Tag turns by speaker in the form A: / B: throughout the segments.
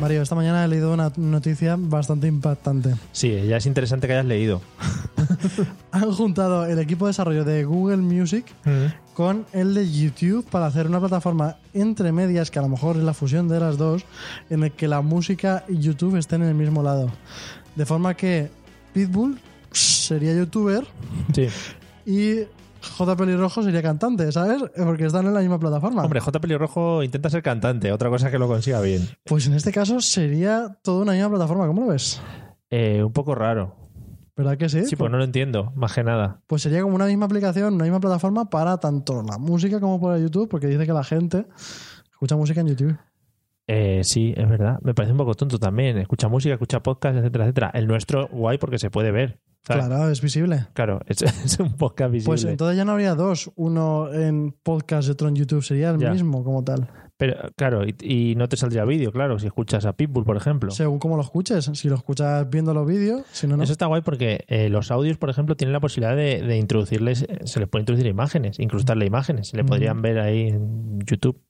A: Mario, esta mañana he leído una noticia bastante impactante.
B: Sí, ya es interesante que hayas leído.
A: Han juntado el equipo de desarrollo de Google Music con el de YouTube para hacer una plataforma entre medias, que a lo mejor es la fusión de las dos, en el que la música y YouTube estén en el mismo lado. De forma que Pitbull sería youtuber
B: Sí.
A: y J. Pelirrojo sería cantante, ¿sabes? Porque están en la misma plataforma.
B: Hombre, J. Pelirrojo intenta ser cantante, otra cosa es que lo consiga bien.
A: Pues en este caso sería toda una misma plataforma, ¿cómo lo ves?
B: Eh, un poco raro.
A: ¿Verdad que sí?
B: Sí, pues no lo entiendo, más que nada.
A: Pues sería como una misma aplicación, una misma plataforma para tanto la música como para YouTube, porque dice que la gente escucha música en YouTube.
B: Eh, sí, es verdad. Me parece un poco tonto también. Escucha música, escucha podcast, etcétera, etcétera. El nuestro, guay, porque se puede ver. ¿sabes?
A: Claro, es visible.
B: Claro, es, es un podcast visible.
A: Pues entonces ya no habría dos, uno en podcast y otro en YouTube, sería el
B: Ya. mismo
A: mismo como tal.
B: Pero, claro, y, y no te saldría vídeo, claro, si escuchas a Pitbull, por ejemplo.
A: Según cómo lo escuches, si lo escuchas viendo los vídeos, si no, no.
B: Eso está guay porque eh, los audios, por ejemplo, tienen la posibilidad de, de introducirles, eh, se les puede introducir imágenes, incrustarle imágenes, se le
A: Ujú.
B: podrían ver ahí en YouTube.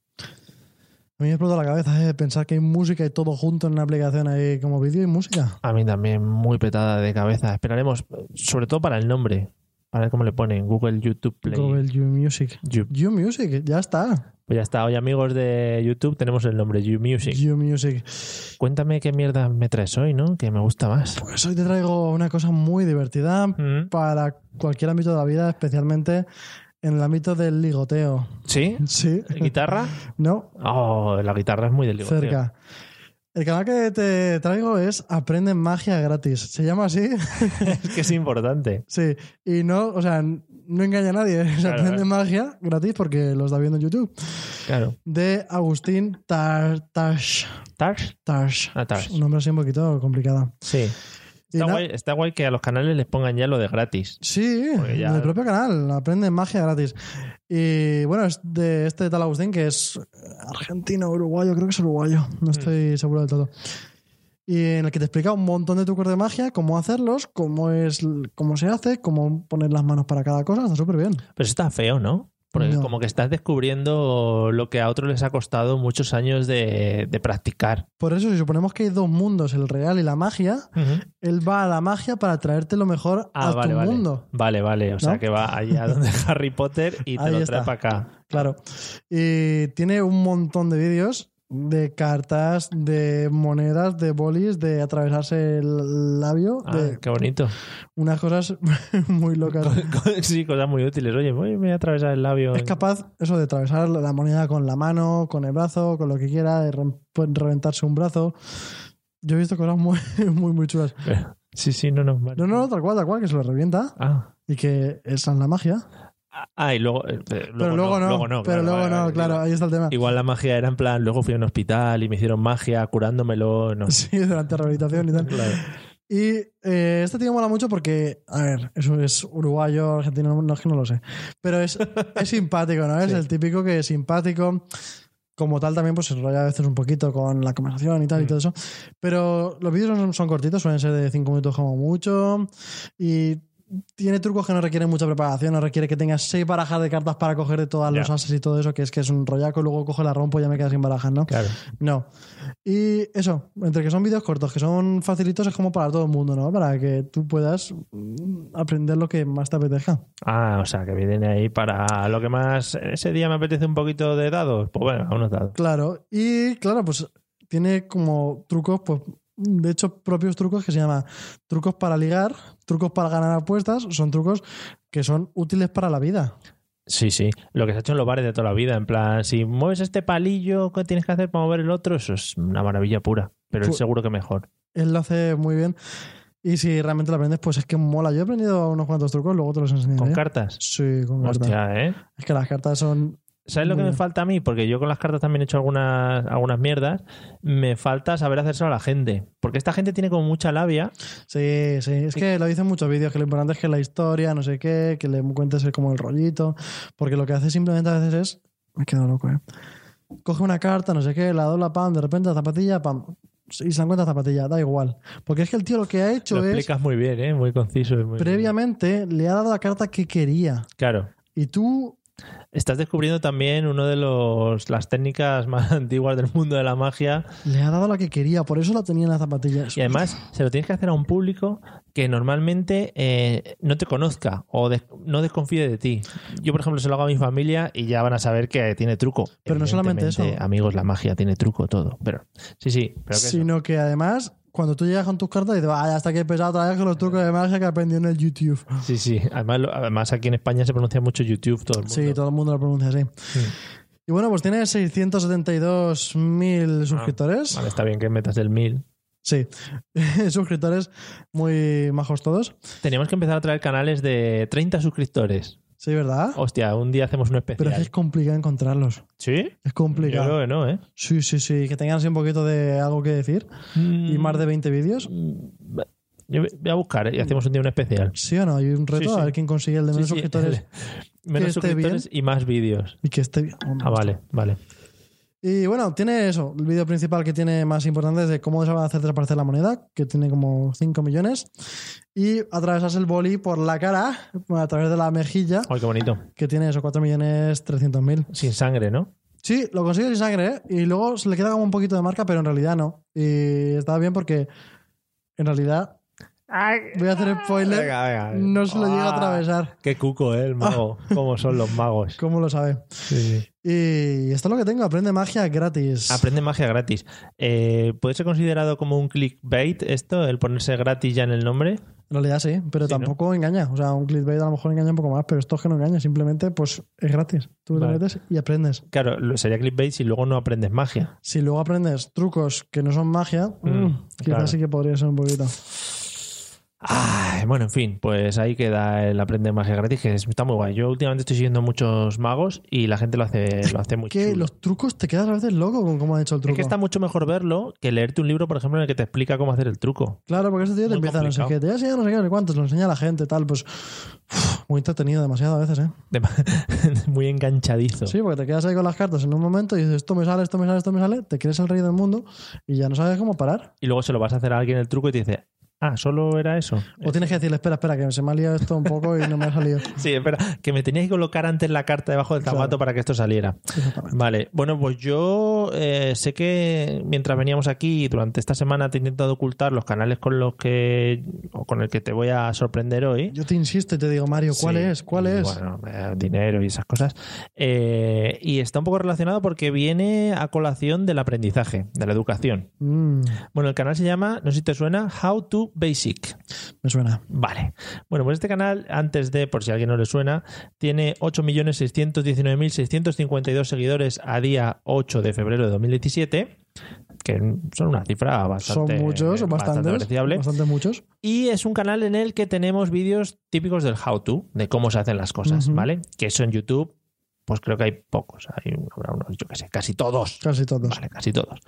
A: A mí me explota la cabeza eh, pensar que hay música y todo junto en una aplicación ahí como vídeo y música.
B: A mí también muy petada de cabeza. Esperaremos, sobre todo para el nombre, para ver cómo le ponen Google YouTube Play.
A: Google You Music.
B: You-
A: You Music, ya está.
B: Pues ya está, hoy amigos de YouTube tenemos el nombre You Music.
A: You Music.
B: Cuéntame qué mierda me traes hoy, ¿no? Que me gusta más.
A: Pues hoy te traigo una cosa muy divertida,
B: Mm.
A: para cualquier ámbito de la vida, especialmente en el ámbito del ligoteo.
B: ¿Sí?
A: Sí,
B: ¿Guitarra?
A: no,
B: Oh, la guitarra es muy del ligoteo.
A: cerca. El canal que te traigo es Aprende Magia Gratis. ¿Se llama así?
B: Es que es importante.
A: Sí. Y no, o sea, no engaña a nadie. Es
B: Claro,
A: Aprende
B: eh.
A: Magia Gratis porque lo está viendo en YouTube.
B: Claro.
A: De Agustín Tartash.
B: ¿Tars?
A: Tarsh.
B: Ah, Tarsh.
A: Un nombre así un poquito complicado.
B: Sí.
A: Y
B: Está
A: na-
B: guay, está guay que a los canales les pongan ya lo de gratis.
A: Sí,
B: Porque ya-
A: en el propio canal, aprende magia gratis. Y bueno, es de este tal Agustín que es eh, argentino, uruguayo, creo que es uruguayo,
B: Mm.
A: no estoy seguro del todo. Y en el que te explica un montón de trucos de magia, cómo hacerlos, cómo es cómo se hace, cómo poner las manos para cada cosa, está súper bien.
B: Pero eso está feo, ¿no? Porque
A: No.
B: como que estás descubriendo lo que a otros les ha costado muchos años de, de practicar.
A: Por eso, si suponemos que hay dos mundos, el real y la magia, él va a la magia para traerte lo mejor
B: Ah,
A: a
B: vale,
A: tu
B: vale.
A: mundo.
B: Vale, vale. O sea
A: ¿No?
B: que va allá donde Harry Potter y te
A: Ahí
B: lo trae
A: está.
B: para acá.
A: Claro. Y tiene un montón de vídeos de cartas, de monedas, de bolis, de atravesarse el labio,
B: Ah,
A: de
B: Qué bonito.
A: unas cosas muy locas.
B: sí, cosas muy útiles. Oye, voy, me voy a atravesar el labio.
A: Es capaz eso de atravesar la moneda con la mano, con el brazo, con lo que quiera, de re- reventarse un brazo. Yo he visto cosas muy, muy, muy chulas.
B: Sí, sí, no, no. vale.
A: No, no, no, tal cual, tal cual, que se lo revienta
B: Ah.
A: y que esa es la magia.
B: Ah, y luego, eh, eh,
A: pero luego no, pero
B: claro,
A: luego
B: vale,
A: no,
B: vale,
A: claro,
B: digo,
A: ahí está el tema.
B: Igual la magia era en plan, luego fui a un hospital y me hicieron magia curándomelo. No. sé.
A: Sí, durante la rehabilitación y tal.
B: Claro.
A: Y eh, este tío mola mucho porque, a ver, es, es uruguayo, argentino, no es que no lo sé. Pero es, es simpático, ¿no? Es
B: Sí.
A: el típico que es simpático. Como tal, también pues se enrolla a veces un poquito con la conversación y tal
B: Mm.
A: y todo eso. Pero los vídeos son, son cortitos, suelen ser de 5 minutos como mucho. Y tiene trucos que no requieren mucha preparación, no requiere que tengas seis barajas de cartas para coger de todas
B: Ya.
A: los ases y todo eso, que es que es un rollaco, luego coge la rompo y ya me quedas sin barajas, ¿no?
B: Claro.
A: No. Y eso, entre que son vídeos cortos, que son facilitos, es como para todo el mundo, ¿no? Para que tú puedas mm, aprender lo que más te apetezca.
B: Ah, o sea, que viene ahí para lo que más. Ese día me apetece un poquito de dados. Pues bueno, unos dados.
A: Claro, y claro, pues tiene como trucos, pues de hecho propios trucos que se llama trucos para ligar, trucos para ganar apuestas, son trucos que son útiles para la vida.
B: Sí, sí. Lo que se ha hecho en los bares de toda la vida. En plan, si mueves este palillo, ¿qué tienes que hacer para mover el otro? Eso es una maravilla pura. Pero él
A: Fu-
B: seguro que mejor.
A: Él lo hace muy bien y si realmente lo aprendes, pues es que mola. Yo he aprendido unos cuantos trucos, luego te los enseñaré.
B: Con cartas.
A: ¿Eh? Sí, con cartas.
B: Hostia, ¿eh?
A: Es que las cartas son...
B: ¿Sabes lo que
A: Muy
B: me
A: bien.
B: falta a mí? Porque yo con las cartas también he hecho algunas, algunas mierdas. Me falta saber hacérselo a la gente. Porque esta gente tiene como mucha labia.
A: Sí, sí, es que lo dicen muchos vídeos, que lo importante es que la historia, no sé qué, que le cuentes el- como el rollito, porque lo que hace simplemente a veces es... Me he quedado loco, eh. Coge una carta, no sé qué, la dobla, pam, de repente la zapatilla, pam. Y se la encuentra zapatilla, da igual. Porque es que el tío lo que ha hecho
B: Lo
A: es,
B: explicas muy bien, ¿eh? Muy conciso. y muy-
A: previamente, le ha dado la carta que quería.
B: Claro.
A: Y tú,
B: Estás descubriendo también una de los, las técnicas más antiguas del mundo de la magia.
A: le has dado la que quería, por eso la tenía en la zapatilla.
B: Y además se lo tienes que hacer a un público que normalmente eh, no te conozca o des- no desconfíe de ti. Yo, por ejemplo, se lo hago a mi familia y ya van a saber que tiene truco.
A: Pero no solamente eso.
B: Evidentemente, Amigos, la magia tiene truco, todo. Pero sí, sí. Pero que eso.
A: Sino que además, cuando tú llegas con tus cartas, dices, ah, ya está que he pesado otra vez con los trucos de magia que aprendí en el YouTube.
B: Sí, sí. Además, lo- además, aquí en España se pronuncia mucho YouTube, todo el mundo.
A: Sí, todo el mundo lo pronuncia así. Y bueno, pues tiene 672.000 suscriptores.
B: Ah, Vale, está bien que metas el mil.
A: Sí, suscriptores muy majos todos.
B: Teníamos que empezar a traer canales de 30 suscriptores.
A: Sí, ¿verdad?
B: Hostia, un día hacemos un
A: Pero es que
B: especial.
A: es complicado encontrarlos.
B: ¿Sí?
A: Es
B: Yo
A: complicado.
B: creo que no, ¿eh?
A: Sí, sí, sí. Que tengan así un poquito de algo que decir. Y más de 20 vídeos.
B: Mm, Yo voy a buscar ¿eh? y hacemos un día un especial.
A: ¿Sí o no? Hay un reto
B: Sí, sí.
A: a ver quién consigue el de
B: Sí,
A: menos
B: sí,
A: suscriptores.
B: el- menos
A: esté
B: suscriptores y más vídeos.
A: Y que esté bien. Hombre,
B: Ah, vale, vale.
A: Y bueno, tiene eso. El vídeo principal que tiene más importante es de cómo se va a hacer desaparecer la moneda, que tiene como 5 millones. Y atravesas el boli por la cara, a través de la mejilla,
B: Ay, qué bonito.
A: que tiene eso, 4 millones 300 mil.
B: Sin sangre, ¿no?
A: Sí, lo consigue sin sangre, ¿eh? Y luego se le queda como un poquito de marca, pero en realidad no. Y está bien porque, en realidad, voy a hacer spoiler, no se lo
B: Ah.
A: llega a atravesar.
B: Qué cuco, ¿eh? El
A: Ah.
B: mago. Cómo son los magos.
A: ¿Cómo lo sabe?
B: Sí, sí.
A: Y esto es lo que tengo, aprende magia gratis.
B: Aprende magia gratis. Eh, ¿Puede ser considerado como un clickbait esto, el ponerse gratis ya en el nombre?
A: En realidad sí, ¿eh? pero
B: Sí, ¿no?
A: tampoco engaña. O sea, un clickbait a lo mejor engaña un poco más, pero esto es que no engaña, simplemente pues es gratis. Tú
B: Vale.
A: te metes y aprendes.
B: Claro, lo- sería clickbait si luego no aprendes magia.
A: Si luego aprendes trucos que no son magia,
B: Mm,
A: mm, quizás
B: claro.
A: sí que podría ser un poquito.
B: Ay, Ah, bueno, en fin, pues ahí queda el aprende magia gratis, que es- está muy guay. Yo últimamente estoy siguiendo muchos magos y la gente lo hace, lo hace muy
A: Que
B: chulo.
A: los trucos te quedas a veces loco con cómo han hecho el truco.
B: Es que está mucho mejor verlo que leerte un libro, por ejemplo, en el que te explica cómo hacer el truco.
A: Claro, porque este tío te
B: Muy
A: empieza, no sé
B: complicado.
A: qué, te voy a enseñar no sé qué, no sé cuántos, lo enseña a la gente, tal, pues uf, muy entretenido demasiado a veces, ¿eh?
B: De ma- Muy enganchadizo.
A: Sí, porque te quedas ahí con las cartas en un momento y dices, esto me sale, esto me sale, esto me sale, te crees el rey del mundo y ya no sabes cómo parar.
B: Y luego se lo vas a hacer a alguien el truco y te dice, ah, solo era eso.
A: O tienes que decirle, espera, espera, que se me ha liado esto un poco y no me ha salido.
B: Sí, espera, que me tenías que colocar antes la carta debajo del
A: Claro.
B: zapato para que esto saliera.
A: Exactamente.
B: Vale, bueno, pues yo eh, sé que mientras veníamos aquí durante esta semana te he intentado ocultar los canales con los que o con el que te voy a sorprender hoy.
A: Yo te insisto y te digo, Mario, ¿cuál
B: Sí,
A: es? ¿Cuál
B: y
A: es?
B: Bueno, eh, dinero y esas cosas. Eh, y está un poco relacionado porque viene a colación del aprendizaje, de la educación.
A: Mm,
B: Bueno, el canal se llama, no sé si te suena, How to Basic.
A: me suena.
B: Vale. Bueno, pues este canal, antes de, por si a alguien no le suena, tiene 8.619.652 seguidores a día 8 de febrero de 2017, que son una cifra
A: Son
B: bastante,
A: muchos, son
B: bastante
A: bastantes.
B: apreciable.
A: Bastantes muchos.
B: Y es un canal en el que tenemos vídeos típicos del how to, de cómo se hacen las cosas,
A: Ujú.
B: ¿vale? Que eso en YouTube, pues creo que hay pocos, hay habrá unos, yo qué sé, casi todos.
A: Casi todos.
B: Vale, casi todos.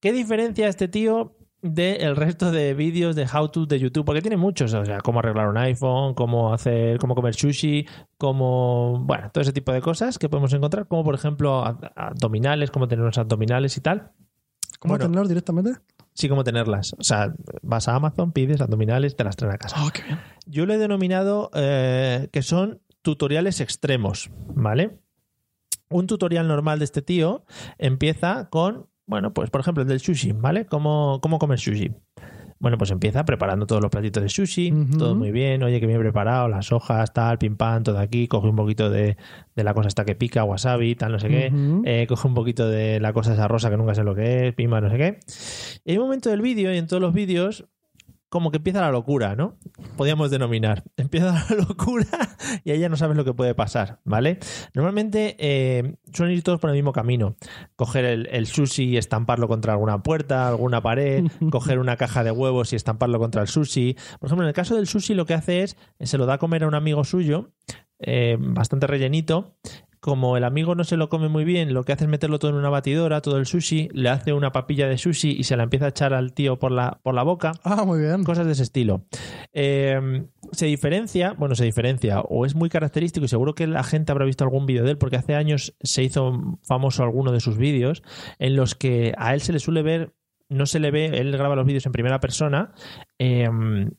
B: ¿Qué diferencia este tío del resto de vídeos de how to de YouTube? Porque tiene muchos, o sea, cómo arreglar un iPhone, cómo hacer, cómo comer sushi, cómo, bueno, todo ese tipo de cosas que podemos encontrar, como por ejemplo a- abdominales, cómo tener unos abdominales y tal.
A: ¿Cómo
B: Bueno.
A: tenerlos directamente?
B: sí como tenerlas. O sea, vas a Amazon, pides abdominales, te las traen a casa.
A: Oh, qué bien.
B: Yo lo he denominado eh, que son tutoriales extremos, ¿vale? Un tutorial normal de este tío empieza con, bueno, pues por ejemplo el del sushi, ¿vale? ¿Cómo, cómo comer sushi? Bueno, pues empieza preparando todos los platitos de sushi,
A: Ujú.
B: todo muy bien, oye, que bien preparado, las hojas, tal, pim pam, todo aquí, coge un poquito de, de la cosa hasta que pica, wasabi, tal, no sé qué,
A: Ujú.
B: eh, coge un poquito de la cosa esa rosa que nunca sé lo que es, pima, no sé qué. Y hay un momento del vídeo y en todos los vídeos como que empieza la locura, ¿no? Podríamos denominar. Empieza la locura y ahí ya no sabes lo que puede pasar, ¿vale? Normalmente eh, suelen ir todos por el mismo camino. Coger el, el sushi y estamparlo contra alguna puerta, alguna pared, coger una caja de huevos y estamparlo contra el sushi. Por ejemplo, en el caso del sushi lo que hace es, eh, se lo da a comer a un amigo suyo, eh, bastante rellenito. Como el amigo no se lo come muy bien, lo que hace es meterlo todo en una batidora, todo el sushi, le hace una papilla de sushi y se la empieza a echar al tío por la, por la boca
A: Ah, muy bien.
B: cosas de ese estilo. Eh, se diferencia, bueno, se diferencia, o es muy característico, y seguro que la gente habrá visto algún vídeo de él, porque hace años se hizo famoso alguno de sus vídeos, en los que a él se le suele ver. No se le ve, él graba los vídeos en primera persona eh,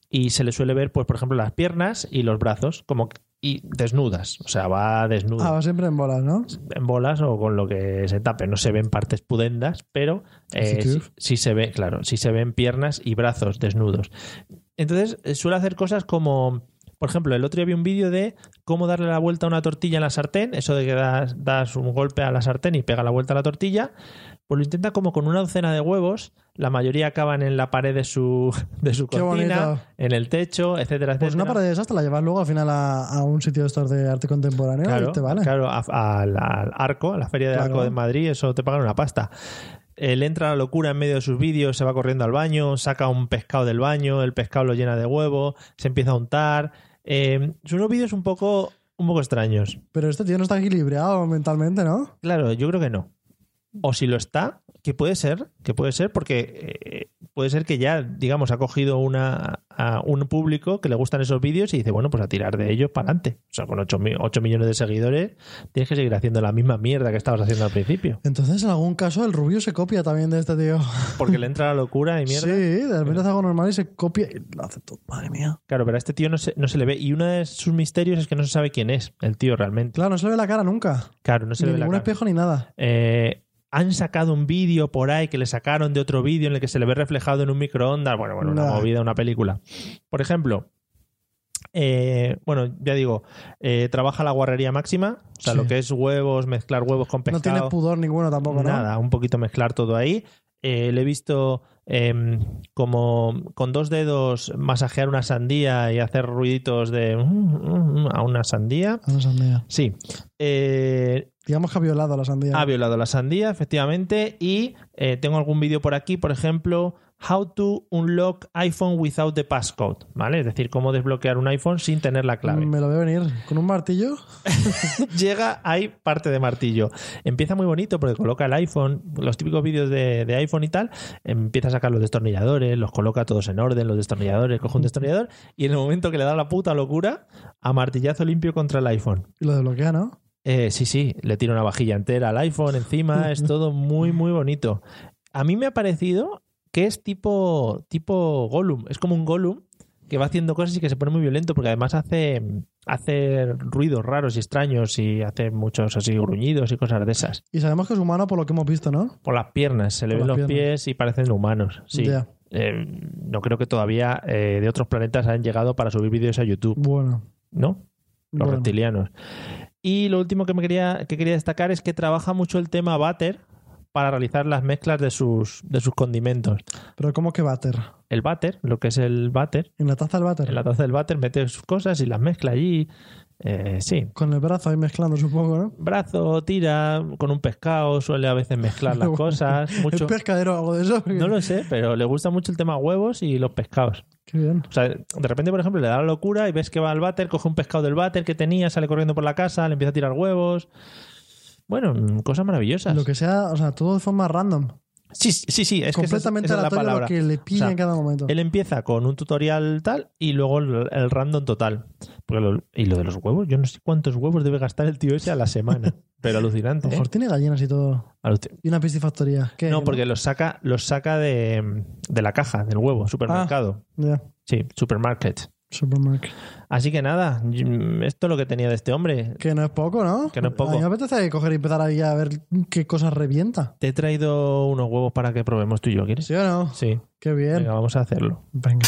B: y se le suele ver, pues, por ejemplo, las piernas y los brazos, como que- y desnudas. O sea, va desnudo
A: Ah, va siempre en bolas, ¿no?
B: en bolas o con lo que se tape. No se ven partes pudendas, pero eh, sí,
A: Sensitive.
B: sí se ve, claro, sí se ven piernas y brazos desnudos. Entonces eh, suele hacer cosas como, por ejemplo, el otro día vi un vídeo de cómo darle la vuelta a una tortilla en la sartén, eso de que das, das un golpe a la sartén y pega la vuelta a la tortilla, pues lo intenta como con una docena de huevos, la mayoría acaban en la pared de su, de su
A: Qué bonito.
B: cocina, en el techo, etcétera, etcétera.
A: Pues una pared de esas te la llevas luego al final a, a un sitio de estos de arte contemporáneo y ¿eh? te vale.
B: Claro, a- a- al, al arco, a la feria del
A: Claro.
B: arco de Madrid, eso te pagan una pasta. Él entra a la locura en medio de sus vídeos, se va corriendo al baño, saca un pescado del baño, el pescado lo llena de huevo, se empieza a untar. Eh, son unos vídeos un poco, un poco extraños.
A: Pero este tío no está equilibrado mentalmente, ¿no?
B: Claro, yo creo que no.
A: Mm.
B: O si lo está, que puede ser, que puede ser, porque eh, puede ser que ya, digamos, ha cogido una, a un público que le gustan esos vídeos y dice, bueno, pues a tirar de ellos para adelante. O sea, con 8, millones de seguidores, tienes que seguir haciendo la misma mierda que estabas haciendo al principio.
A: Entonces, en algún caso, el rubio se copia también de este tío.
B: Porque le entra la locura y
A: Sí,
B: mierda.
A: de repente hace algo normal y se copia y lo hace todo. Madre mía.
B: Claro, pero a este tío no se, no se le ve. Y uno de sus misterios es que no se sabe quién es el tío realmente.
A: Claro, no se le ve la cara nunca.
B: Claro, no se
A: ni
B: le ve la
A: ningún
B: cara.
A: espejo ni nada.
B: Eh, han sacado un vídeo por ahí que le sacaron de otro vídeo en el que se le ve reflejado en un microondas. Bueno, bueno, una
A: Nah.
B: movida, una película. Por ejemplo, eh, bueno, ya digo, eh, trabaja la guarrería máxima, o sea,
A: Sí.
B: lo que es huevos, mezclar huevos con
A: No tiene
B: pescado.
A: pudor ninguno tampoco, ¿no?
B: Nada, un poquito mezclar todo ahí. Eh, le he visto em, como con dos dedos masajear una sandía y hacer ruiditos de mm, mm, mm, a una sandía.
A: A la sandía.
B: Sí. Eh,
A: Digamos que ha violado a la sandía.
B: ha violado la sandía, efectivamente. Y eh, tengo algún vídeo por aquí, por ejemplo, How to unlock iPhone without the passcode, ¿vale? Es decir, cómo desbloquear un iPhone sin tener la clave.
A: Me lo veo venir. ¿Con un martillo?
B: Llega, hay parte de martillo. Empieza muy bonito porque coloca el iPhone, los típicos vídeos de, de iPhone y tal, empieza a sacar los destornilladores, los coloca todos en orden, los destornilladores, coge un destornillador y en el momento que le da la puta locura, a martillazo limpio contra el iPhone.
A: Y lo desbloquea, ¿no?
B: Eh, sí, sí, le tiro una vajilla entera al iPhone encima, es todo muy, muy bonito. A mí me ha parecido que es tipo, tipo Gollum, es como un Gollum que va haciendo cosas y que se pone muy violento porque además hace, hace ruidos raros y extraños y hace muchos así gruñidos y cosas de esas.
A: Y sabemos que es humano por lo que hemos visto, ¿no?
B: Por las piernas, se le
A: Por
B: ven
A: las
B: los
A: piernas.
B: pies y parecen humanos. Sí.
A: Ya.
B: Eh, no creo que todavía eh, de otros planetas han llegado para subir vídeos a YouTube,
A: Bueno.
B: ¿no? los
A: bueno.
B: reptilianos. Y lo último que me quería, que quería destacar es que trabaja mucho el tema váter para realizar las mezclas de sus, de sus condimentos.
A: Pero ¿cómo que váter?
B: El váter, lo que es el váter,
A: ¿En la taza del váter?
B: en la taza del váter mete sus cosas y las mezcla allí. Eh, sí.
A: Con el brazo ahí mezclando, supongo, ¿no?
B: Brazo, tira, con un pescado, suele a veces mezclar las cosas. Mucho,
A: ¿El pescadero o algo de eso?
B: no lo sé, pero le gusta mucho el tema huevos y los pescados.
A: Qué bien.
B: O sea, de repente, por ejemplo, le da la locura y ves que va al váter, coge un pescado del váter que tenía, sale corriendo por la casa, le empieza a tirar huevos. Bueno, mm, cosas maravillosas.
A: Lo que sea, o sea, todo de forma random.
B: Sí, sí, sí, es que esa es-
A: completamente
B: esa es la
A: aleatorio
B: palabra.
A: lo que le pilla
B: O sea,
A: en cada momento.
B: Él empieza con un tutorial tal y luego el, el random total. Porque lo- y lo de los huevos, yo no sé cuántos huevos debe gastar el tío ese a la semana. pero
A: A lo
B: alucinante. ¿eh?
A: mejor tiene gallinas y todo.
B: Alucin-
A: Y una piscifactoría. ¿Qué?
B: No, porque los saca, los saca de, de la caja, del huevo, supermercado.
A: Ya,
B: Sí, supermarket.
A: supermarket.
B: Así que nada, y- esto es lo que tenía de este hombre.
A: Que no es poco, ¿no?
B: Que no es poco.
A: A mí me apetece coger y empezar ahí a ver qué cosas revienta.
B: Te he traído unos huevos para que probemos tú y yo, ¿quieres?
A: ¿Sí o no?
B: Sí.
A: Qué bien.
B: Venga, vamos a hacerlo.
A: Venga.